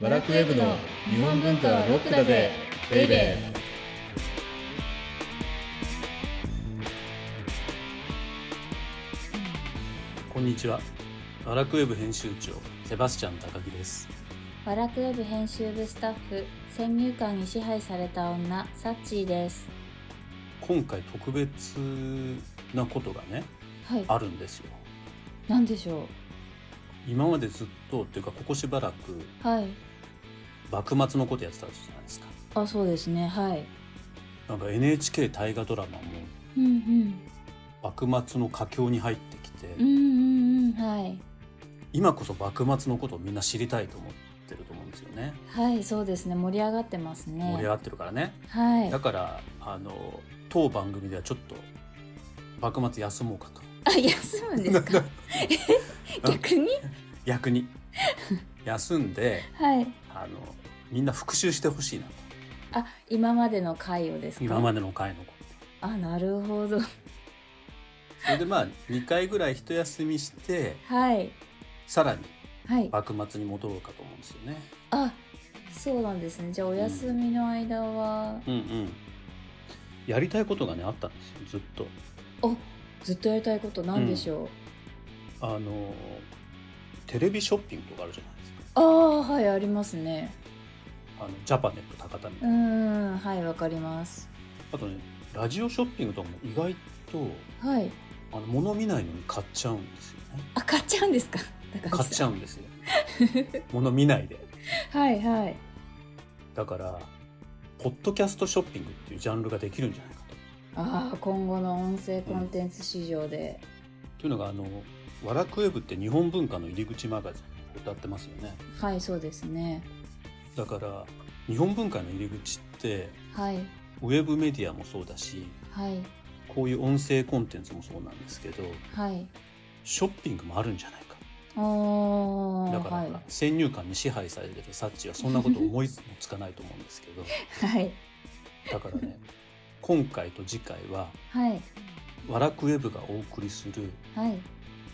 バラクウェブの日本文化はロックだぜベイベーこんにちは。ワラクウェブ編集長セバスチャン高木です。ワラクウェブ編集部スタッフ先入観に支配された女サッチーです今回特別なことがねはいあるんですよ。なんでしょ今までずっとっていうかここしばらくうはい幕末のことやってたじゃないですか。あそうですねはいなんか NHK 大河ドラマうんうんも幕末の佳境に入ってきて、うんうんうんはい今こそ幕末のことをみんな知りたいと思ってると思うんですよね。はいそうですね盛り上がってますね盛り上がってるからね。はいだからあの当番組ではちょっと幕末休もうかとあ休むんです かえ逆に 逆に休んで。はいあのみんな復習してほしいなとあ今までの回をですか今までの回のことあなるほどそれでまあ2回ぐらい一休みしてはいさらにはい幕末に戻ろうかと思うんですよねあそうなんですねじゃあお休みの間は、うんうんやりたいことがねあったんですよずっとずっとやりたいことなんでしょう、あのテレビショッピングとかあるじゃないですああはいありますねかあのジャパネット高田みたういな、ーんはいわかりますあとねラジオショッピングとかも意外とはいあの物見ないのに買っちゃうんですよねあ買っちゃうんですか高買っ木ちさゃんうんですよ物見ないではいはいだからポッドキャストショッピングっていうジャンルができるんじゃないかと。ああ今後の音声コンテンツ市場で、というのがあの「ワラクウェブ」って日本文化の入り口マガジンを歌ってますよねはいそうですねだから日本文化の入り口ってはいウェブメディアもそうだしはいこういう音声コンテンツもそうなんですけどはいショッピングもあるんじゃないかああだから、はい先入観に支配されてるサッチはそんなこと思いもつかないと思うんですけどはいだからね 今回と次回ははいワラクウェブがお送りするはい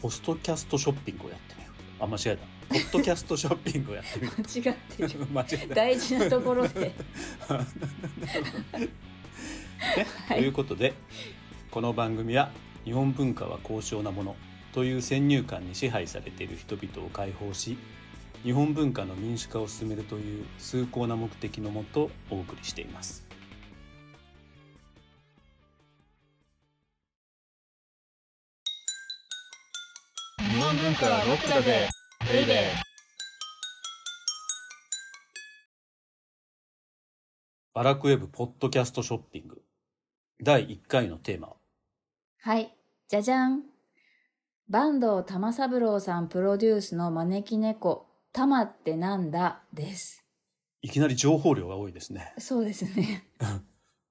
ポストキャストショッピングをやってみようあ間違えたポッドキャストショッピングをやってみよ間違って るう間違えた大事なところでねはいということでこの番組は「日本文化は高尚なもの」という先入観に支配されている人々を解放し日本文化の民主化を進めるという崇高な目的のもとお送りしています。日本文化はロックだぜベイベーバラクウェブポッドキャストショッピング第1回のテーマははいじゃじゃん坂東玉三郎さんプロデュースの招き猫「玉ってなんだ?」ですいきなり情報量が多いですね。そうですね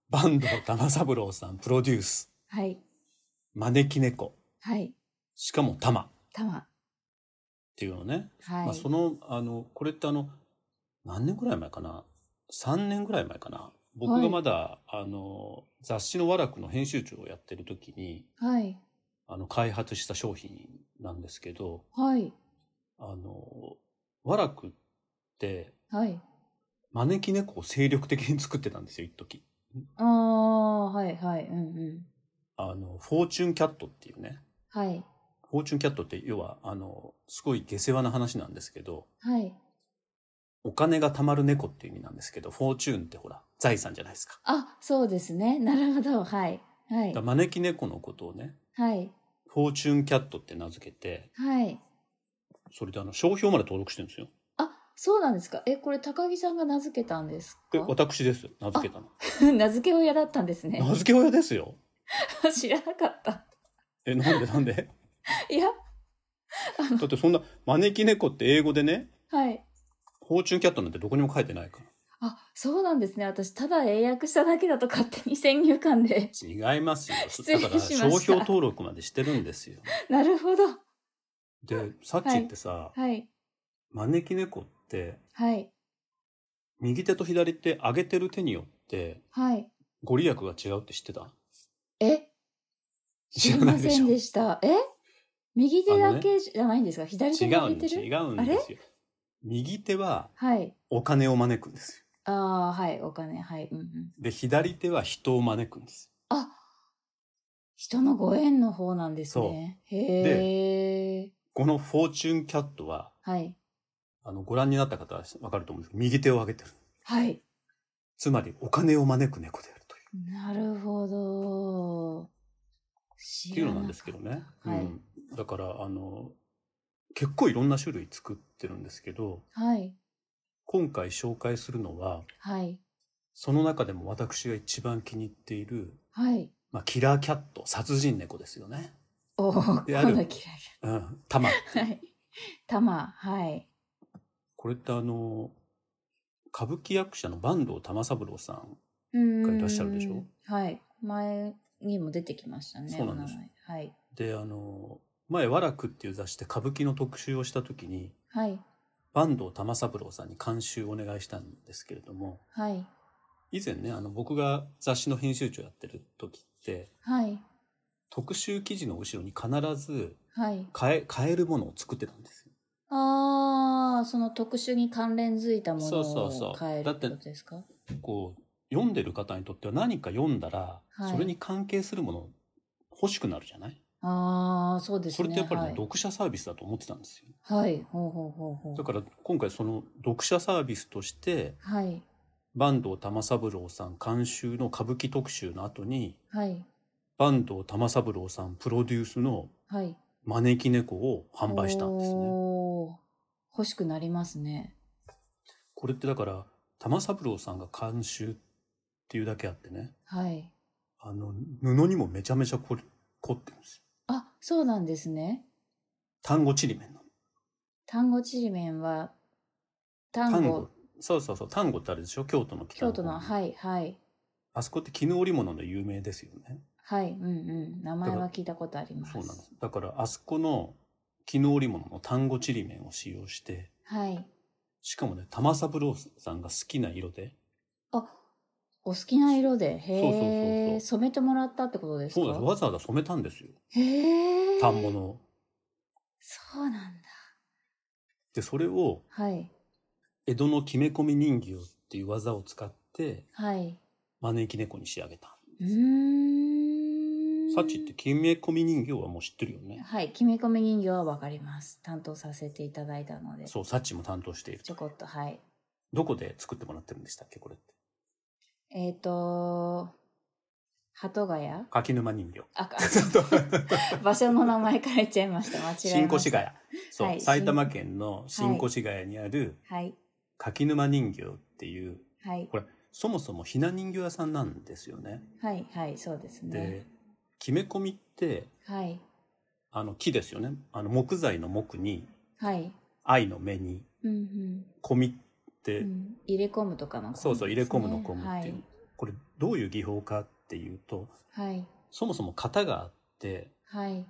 坂東玉三郎さんプロデュースはい招き猫はいしかも玉っ玉ていうのねはい、まあ、そのあのこれってあの何年ぐらい前かな3年ぐらい前かな僕はがいまだ、あの雑誌の「和楽」の編集長をやってる時にはいあの開発した商品なんですけどはいあの和楽ってはい招き猫を精力的に作ってたんですよ一時ああはいはいうんうんあのフォーチュンキャットっていうねはいフォーチュンキャットって要はあのすごい下世話な話なんですけどはいお金が貯まる猫っていう意味なんですけどフォーチュンってほら財産じゃないですか。あそうですね なるほどはいはいだから招き猫のことをねはいフォーチュンキャットって名付けて、はいそれであの、商標まで登録してるんですよ。あそうなんですかえこれ高木さんが名付けたんですえ、か私です。名付けたの。 名付け親だったんですね名付け親ですよ。 知らなかった え、なんでなんでいやだってそんな、招き猫って英語でね、はいフォーチュンキャットなんてどこにも書いてないかあそうなんですね私ただ英訳しただけだと勝手に先入観で ら。違いますよ。失礼しだまから、した商標登録までしてるんですよ。なるほどで、サッチってさ、はい招き猫って、はい右手と左手上げてる手によって、はいご利益が違うって知ってたえ知りませんでした。え右手だけじゃないんですか、左手違もう上んげてる違うんですよ。右手ははい。お金を招くんですああ、はい。お金。はい。うんうん。よ。で、左手は人を招くんですあ人のご縁の方なんですね。へえ。よ。このフォーチュンキャットは、はい。あの、ご覧になった方はわかると思うんですけど、右手を上げてる。はい。つまり、お金を招く猫であるという。なるほど。知っていらうなかのなっんたですけどね。はい。うん、だから、あの、結構いろんな種類作ってるんですけど、はい。今回紹介するのは、はい。その中でも私が一番気に入っている、はい。まあ、キラーキャット、殺人猫ですよね。おお、今である度嫌いだ。うん、タマ。はい。玉、はい。これってあの、歌舞伎役者の坂東玉三郎さん。うーがん。いらっしゃるでしょはい。前にも出てきましたね。そうなんですお名前はい。で、あの、前、和楽っていう雑誌で歌舞伎の特集をした時に、はい。坂東玉三郎さんに監修をお願いしたんですけれども、はい。以前ね、あの、僕が雑誌の編集長やってる時って、はい。特集記事の後ろに必ずはい。変え、変えるものを作ってたんですよ。ああ、その特殊に関連づいたものそうそうそをう変えるだっっててことですかこう、読んでる方にとっては何か読んだら、はいそれに関係するもの欲しくなるじゃないああ、そうですね。それってやっぱりね、はい、読者サービスだと思ってたんですよ。はい。ほうほうほうほうだ。から今回その読者サービスとして、はい。坂東玉三郎さん監修の歌舞伎特集の後に、はい。坂東玉三郎さんプロデュースのはい。招き猫を販売したんですね。おー欲しくなりますね。これってだから、玉三郎さんが監修っていうだけあってね、はい。あの、布にもめちゃめちゃ凝り凝ってるんですよ。あ、そうなんですね。単語ちりめんなの。単語ちりめんは、単語、単語。そうそうそう、単語ってあるでしょ京都の北京の都の、い。はい、はい。あそこって絹織物で有名ですよね。はい、うんうん。名前は聞いたことあります。そうなんです。だから、あそこの絹織物の単語ちりめんを使用して、はい。しかもね、玉三郎さんが好きな色で、あ、お好きな色で、そうそうそうへそえ、う染めてもらったってことですかそうです。わざわざ染めたんですよ。へえ。単物を。そうなんだ。で、それを、はい、江戸の決め込み人形っていう技を使って、はい。招き猫に仕上げた。うーん。サチって決め込み人形はもう知ってるよね。はい、決め込み人形はわかります。担当させていただいたので、そう、サチも担当しているち。ょこっと、はい。どこで作ってもらってるんでしたっけ、これって。えっ、ー、と、鳩ヶ谷柿沼 人形。あ、場所の名前変えちゃいました。間違えました。新越谷。そう、はい埼玉県の新越谷にあるはい、柿沼人形っていう、はい、そもそもひな人形屋さんなんですよね。はい、はい、そうですね。で、決め込みって、はい、あの木ですよね。あの木材の木に、はい。愛の目に、うんうん。込みって、うん入れ込むとかの、そうそう、入れ込むの込むっていう、はいこれどういう技法かっていうと、はいそもそも型があって、はい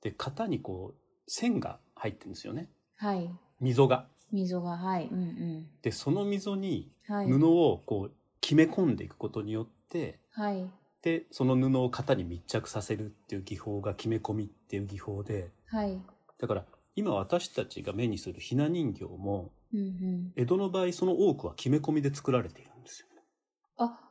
で、型にこう、線が入ってるんですよね。はい溝が。溝がはいうんで、その溝にうんはい布をこう、決め込んでいくことによって、はいで、その布を型に密着させるっていう技法が決め込みっていう技法で、はいだから、今私たちが目にするひな人形も、うんうん江戸の場合その多くは決め込みで作られているんですよ。あ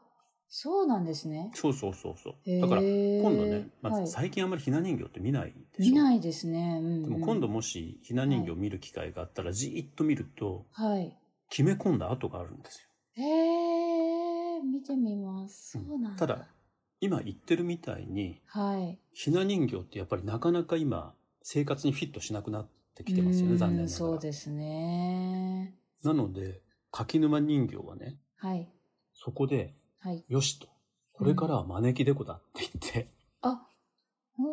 そうなんですねそうそうそうそう。へーだから、今度ね、まはあ、い最近あんまりひな人形って見ないでし見ょないですねうんうんでも今度もしひな人形を見る機会があったらじーっと見るとはい決め込んだ跡があるんですよ。へえ見てみますうそんうなんだただ今言ってるみたいにはいひな人形ってやっぱりなかなか今生活にフィットしなくなってきてますようねん残念なそうがら。ですねなので柿沼人形はねはいそこではいよしとこれからは招き猫だって言って、あほ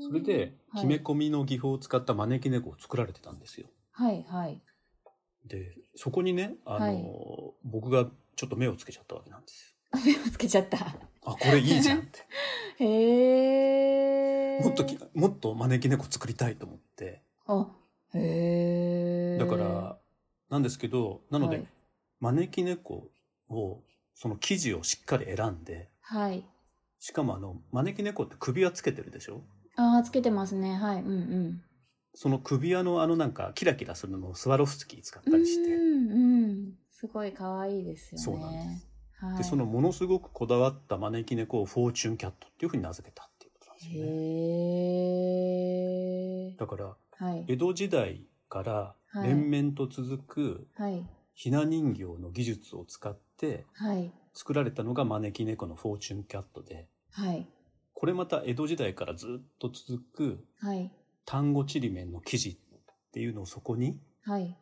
ーそれではい決め込みの技法を使った招き猫を作られてたんですよ。はいはい でそこにねあの、はい僕がちょっと目をつけちゃったわけなんです目をつけちゃったよ。あこれいいじゃんって。 へえもっときもっと招き猫作りたいと思ってあ、へえ。だからなんですけどなので、はい招き猫をその生地をしっかり選んではい。しかもあの招き猫って首輪つけてるでしょああ、つけてますね。はい。うんうん。その首輪のあのなんかキラキラするのもスワロフスキー使っうたんりして、うんすごい可愛いですよねそうなんですはい、でそのものすごくこだわった招き猫をフォーチュンキャットっていうふうに名付けたっていうことなんですよね。へえだからはい江戸時代からはい連綿と続くはいひな人形の技術を使ってはい作られたのが招き猫のフォーチュンキャットではいこれまた江戸時代からずっと続くはい単語ちりめんの生地っていうのをそこにはい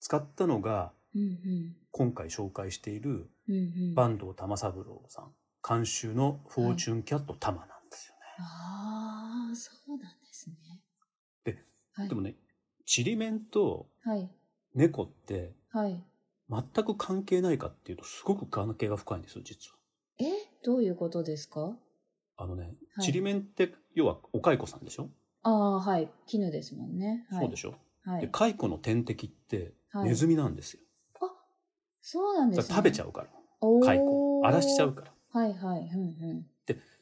使ったのがうんうん今回紹介しているうんうん坂東玉三郎さん監修の「フォーチュンキャット玉」なんですよね。ああそうなんですねではいでもねちりめんとはい猫ってはい全く関係ないかっていうとすごく関係が深いんですよ実は。えどういうことですかあのね、はいちりめんって要はお蚕さんでしょ、ああはい絹ですもんねはいそうでしょ、はでい蚕の天敵ってはいネズミなんですよ。あそうなんでだすから食べちゃううから蚕蚕荒らしちゃうからはいはいうんうん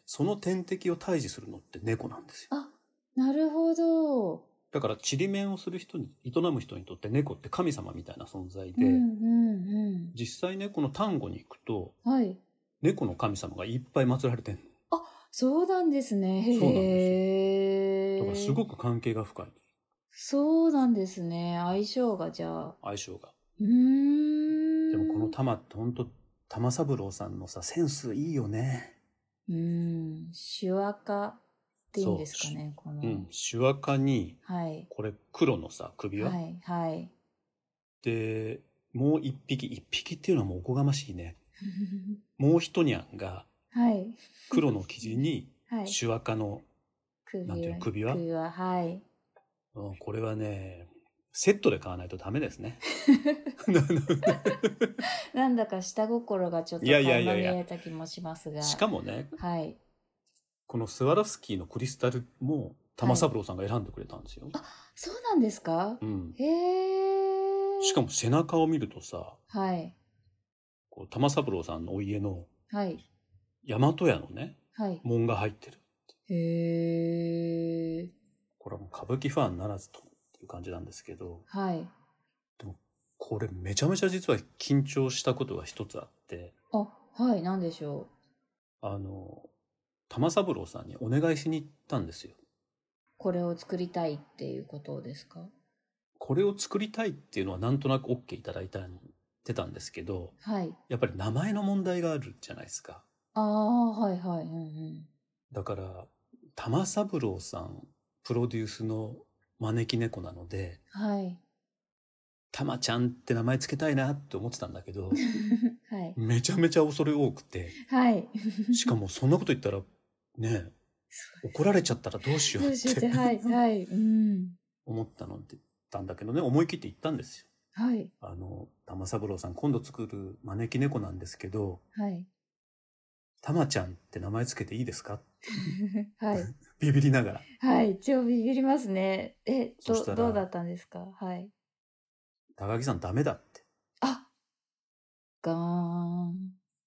その天敵を退治するのって猫なんですよ。あなるほどだからちりめんをする人に営む人にとって猫って神様みたいな存在うで、んうん実際ねこの丹後に行くとうんはい猫の神様がいっぱい祀られてるそうなんですねそうなんへえだからすごく関係が深いそうなんですね相性がじゃあ相性が。うーんでもこの玉ってほんと玉三郎さんのさセンスいいよね。うん手話化っていうんですかねこの、うん、手話家にはいこれ黒のさ首輪、はいはい でもう一匹一匹っていうのはもうおこがましいねもう一にゃんがはい黒の生地にはい手話家の、首なんていう輪の首輪首輪はいうんこれはねセットで買わないとダメです ね。なんだか下心がちょっといやいやい垣間やい見やえた気もしますがしかもねはいこのスワロフスキーのクリスタルも玉三郎さんが選んでくれたんですよ。そうなんですかうん、へえしかも背中を見るとさはいこう玉三郎さんのお家のはい大和屋のねはい門が入ってるへえこれはもう歌舞伎ファンならずとっていう感じなんですけどはいこれめちゃめちゃ実は緊張したことが一つあってあはいなんでしょうあの玉三郎さんにお願いしに行ったんですよ。これを作りたいっていうことですかこれを作りたいっていうのはなんとなく OK いただいたてたんですけどはいやっぱり名前の問題があるじゃないですか。ああはいはいうんだから玉三郎さんプロデュースの招き猫なのでうんはい玉ちゃんって名前つけたいなって思ってたんだ けどはいめちゃめちゃ恐れ多くてはいしかもそんなこと言ったらね怒られちゃったらどうしよどううっしようってて はいはいうん思ったのでたんだけどね思い切って言ったんですよ。はいあの玉三郎さん今度作る招き猫なんですけどはい 玉ちゃんって名前つけていいですかはいビビりながらはい、超ビビりますね。え、そしどたらどうだったんですかはい。高木さんダメだってあガーン。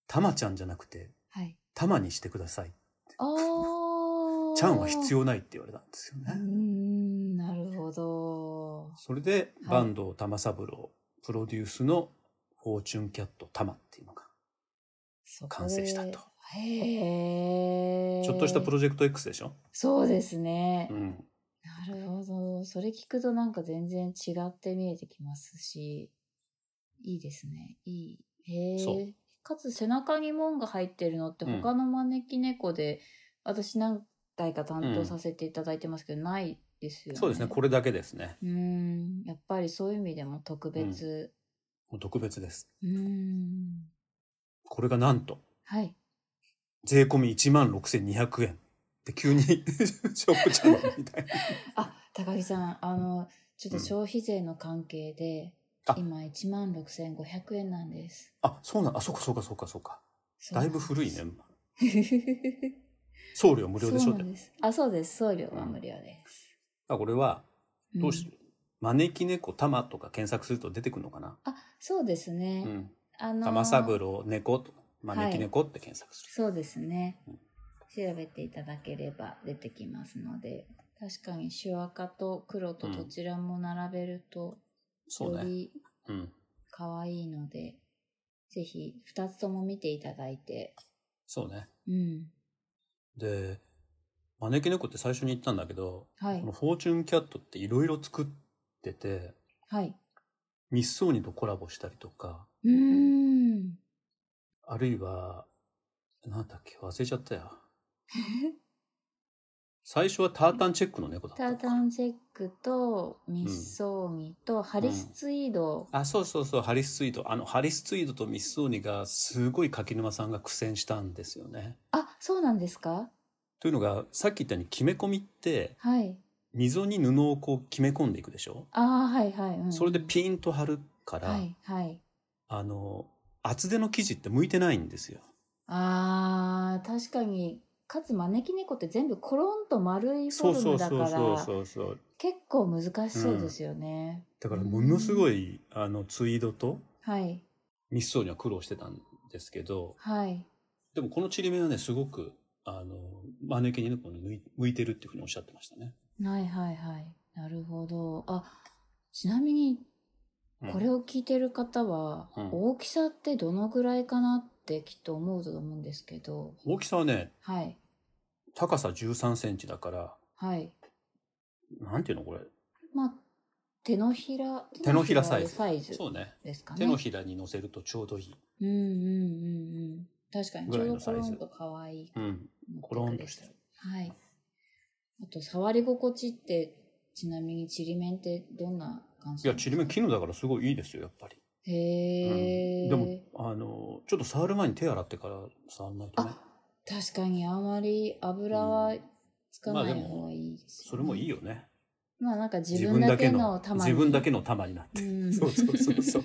玉ちゃんじゃなくてはい。玉にしてくださいあー。ちゃんは必要。要ないって言われたんですようーね。ん、なるほど。それで、はい坂東玉三郎プロデュースのフォーチュンキャット玉っていうのが、そこで完成したと。へえ。ちょっとしたプロ。ロジェクト X でしょ、そうですねう。ん、なるほど。それ聞くとなんか全然違って見えてきますし、いいですね。いい。へそえう。かつ背中に門が入ってるのってうん他の招き猫で、私何回か担当させていただいてますけど、ないですよね。そうですね、これだけですね。うーん。やっぱりそういう意味でも特別。もう特別です。うーん。これがなんと、はい。税込み1万6200円。で、急に、 ショップチャンネルみたいな。あ、高木さん、あの、ちょっと消費税の関係で、あ今1万6500円なんです。あ、そうなん、あ、そうかそうかそうかそうか。だいぶ古いね。 ね。送料無料でしそょうっなてん。です。あ、そうです。送料は無料です。あ、これは、んどうして、招き猫玉とか検索すると出てくるのかな、あ、そうですね。うん。あのー玉三郎猫と招き猫って検索する。そうですねうん。調べていただければ出てきますので、確かに手話化と黒とどちらも並べると、そうよね。りうん。可愛いので、ぜひ2つとも見ていただいて。そうね。うん。で、招き猫って最初に言ったんだけど、はこいの。フォーチュンキャットっていろいろ作ってて、はい。ミッソーニとコラボしたりとか、うーん。あるいは、なんだっけ、忘れちゃったよ。 最初はタータンチェックの猫だったターのかタンチェックとミッソーニとハリスツイード。あ、そうそうそう、ハリスツイード。あの、ハリスツイードとミッソーニが、すごい柿沼さんが苦戦したんですよね。あ、そうなんですかというのが、さっき言ったように、決め込みって、はい。溝に布をこう、決め込んでいくでしょああ、はいはい。うん、それでピンと張るから、はいはい。あの、厚手の生地って向いてないんですよ。あー、確かに。かつ招き猫って全部コロンと丸いフォルムだから、うそう。結構難しそうですよね。だから、ものすごい、あの、ツイードと、はいミッソーニは苦労してたんですけど、はい。でもこのちりめんはね、すごく、あの、招き猫に向い向いてるっていうふうにおっしゃってましたね。はいはいはい。なるほど。あ、ちなみに、うんこれを聞いてる方は、うん大きさってどのぐらいかなってきっと思うと思うんですけど、大きさはね、はい、高さ13センチだから、はい。なんていうのこれ。まあ、手のひら、手のひらサイズ手のひらそうね。ですかね。手のひらに乗せるとちょうどいい。うんうんうんうん。確かに、ぐちょうらいどのコサロイズンと可愛い。うん。コロンとしてる。はい。あと、触り心地って、ちなみにちりめんってどんな感いじや、ちりめんき絹だからすごいいいですよ、やっぱり。へー。でも、あの、ちょっと触る前に手洗ってから触んないとねあ。確かにあまり油はつかなまあいでも方がいいです、それもいいよね。よね。まあなんか自分だけの玉自分だけけの玉になって。うんそうそうそうそう。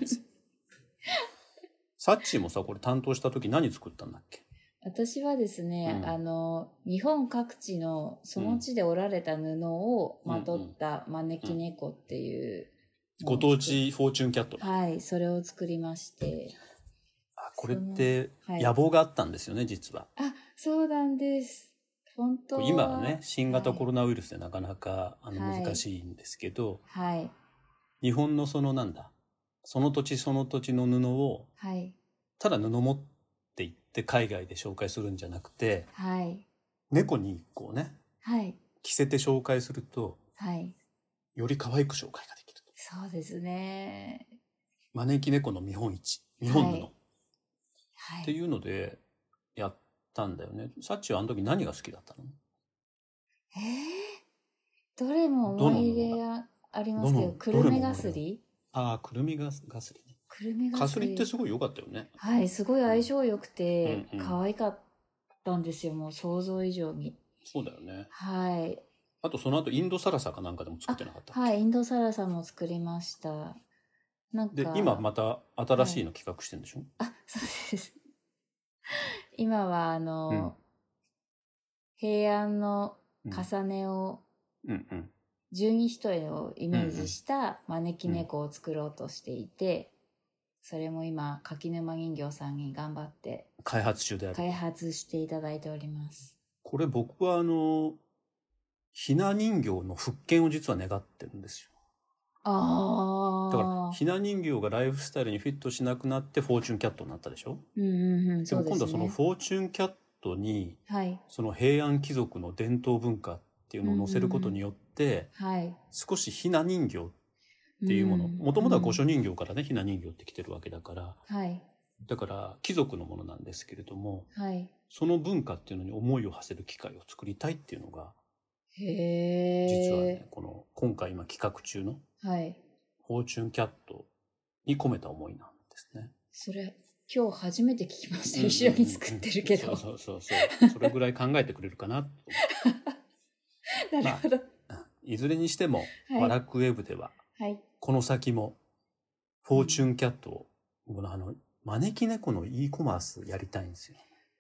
サッチーもさ、これ担当した時何作ったんだっけ私はですね、うんあの、日本各地のその地で織られた布をまとった招き猫っていう。ご当。地フォーチュンキャットだ。はい、それを作りまして。あこれってはい野望があったんですよね、実は。あ、そうなんです。本当は今はね、。新型コロナウイルスでなかなかあのはい難しいんですけど、はい、日本のそのなんだ、その土地その土地の布を、はい、ただ布持って行って海外で紹介するんじゃなくて、はい、猫にこうね、はい、着せて紹介すると、はい。より可愛く紹介ができると。そうですね。招き猫の見本市、見本布、はいっはい。ていうのでやったんだよね。サッチはあの時何が好きだったのえー、どれも思い入れがありますけど、どクのものルがメガスリああ、くるみがガスリね。クルメガガススリリってすごい良かったよね。はい、すごい相性良くて、うんうん可愛かったんですよ、もう想像以上に。そうだよね。はい。あとその後インドサラサかなんかでも作ってなかったっけはい、インドサラさんも作りました。なんか。で、今また新しいの企画してるんでしょ、あ、そうです。 今は、あの、平安のうん重ねを、うんうん。十二人をイメージした招き猫を作ろうとしていて、それも今柿沼人形さんに頑張って開発中である。開発していただいておりますこれ僕はあの、ひな人形の復権を実は願ってるんですよ。ああだから、ひな人形がライフスタイルにフィットしなくなってフォーチュンキャットになったでしょうんうんうんでそもうで今すね度はそのフォーチュンキャットに、はいその平安貴族の伝統文化っていうのを載せることによって、はい少しひな人形っていうもの、んもともとは御所人形からね、ひな人形って来てるわけだから、うんはいだから貴族のものなんですけれども、はいその文化っていうのに思いを馳せる機会を作りたいっていうのが、へえ実はね、この今回今企画中のはいフォーチュンキャットに込めた思いなんですね。それ今日初めて聞きました後ろに作ってるけうんどうんうんそうそうそうそう。それぐらい考えてくれるかなと思って。 なるほど、いずれにしても、 はいワラクウェブでは、はいこの先も、フォーチュンキャットを、このあの、招き猫の e コマースやりたいんですよ。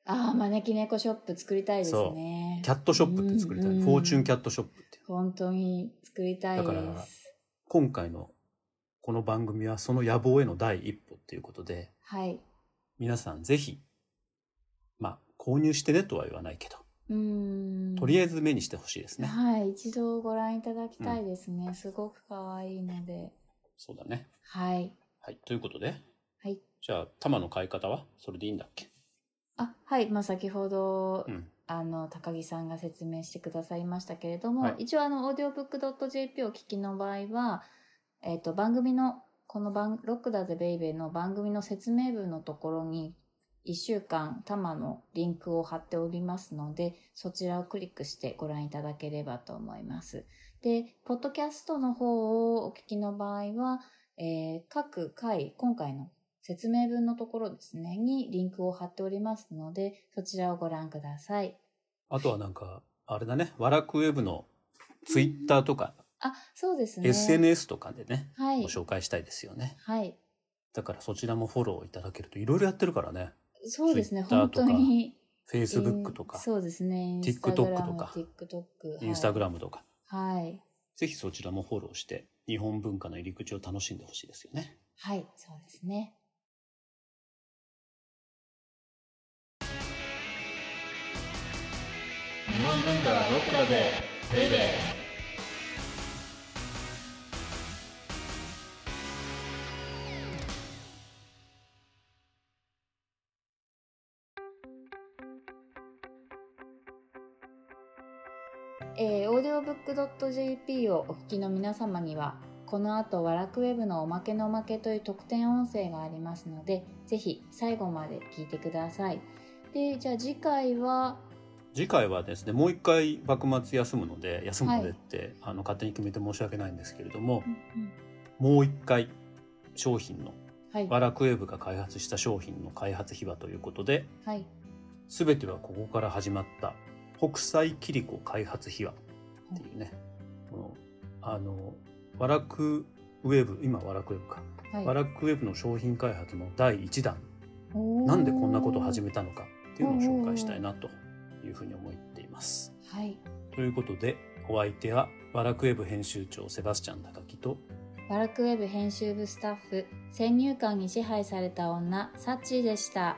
ああ招き猫ショップ作りたいですそうねキャットショップって作りたい。うんうんフォーチュンキャットショップっていう。本当に作りたいだでからす。今回のこの番組はその野望への第一歩っていうことで、はい。皆さんぜひ、まあ、購入してねとは言わないけど、うーん。とりあえず目にしてほしいですね。はい、一度ご覧いただきたいですね。すごく可愛いので。そうだね。はい。はい。ということで、はい。じゃあ、玉の買い方はそれでいいんだっけあ、はい。まあ、先ほど、うん。あの、高木さんが説明してくださいましたけれども、はい一応あの、オーディオブックドット JP をお聞きの場合は、えっ、と、番組の、この番、ロックだぜベイベーの番組の説明文のところに、1週間、タマのリンクを貼っておりますので、そちらをクリックしてご覧いただければと思います。で、ポッドキャストの方をお聞きの場合は、えー各回、今回の説明文のところですね、にリンクを貼っておりますので、そちらをご覧ください。あとはなんか、あれだね、ワラクウェブのツイッターとか、あ、そうですね。 SNS とかでね、はいご。紹介したいですよね。はい。だからそちらもフォローいただけると、いろいろやってるからね。そうですね、 Twitter 本当に。 Facebook とか、そうですね。 TikTok とか TikTok。ム。 Instagram とか、はい。ぜひそちらもフォローして、日本文化の入り口を楽しんでほしいですよね。はい、そうですね。日本文化はロックだぜベイベーえー、audiobook.jp をお聞きの皆様には、この後、ワラクウェブのおまけのおまけという特典音声がありますので、ぜひ最後まで聞いてください。で、じゃあ次回は、次回はですね、もう一回幕末休むので、休むのではっいて、あの、勝手に決めて申し訳ないんですけれどもう、んもう一回商品うの、んはい、ワラクウェブが開発した商品の開発秘話ということで、はい、すべてはここから始まった北斎切子開発秘話っていうね、このあの和楽ウェブ今和楽ウェブか、はい。和楽ウェブの商品開発の第1弾おーなんでこんなことを始めたのかっていうのを紹介したいなというふうに思っています。はい。ということでお相手は和楽ウェブ編集長セバスチャン高木とバラクウェブ編集部スタッフ先入観に支配された女サッチーでした。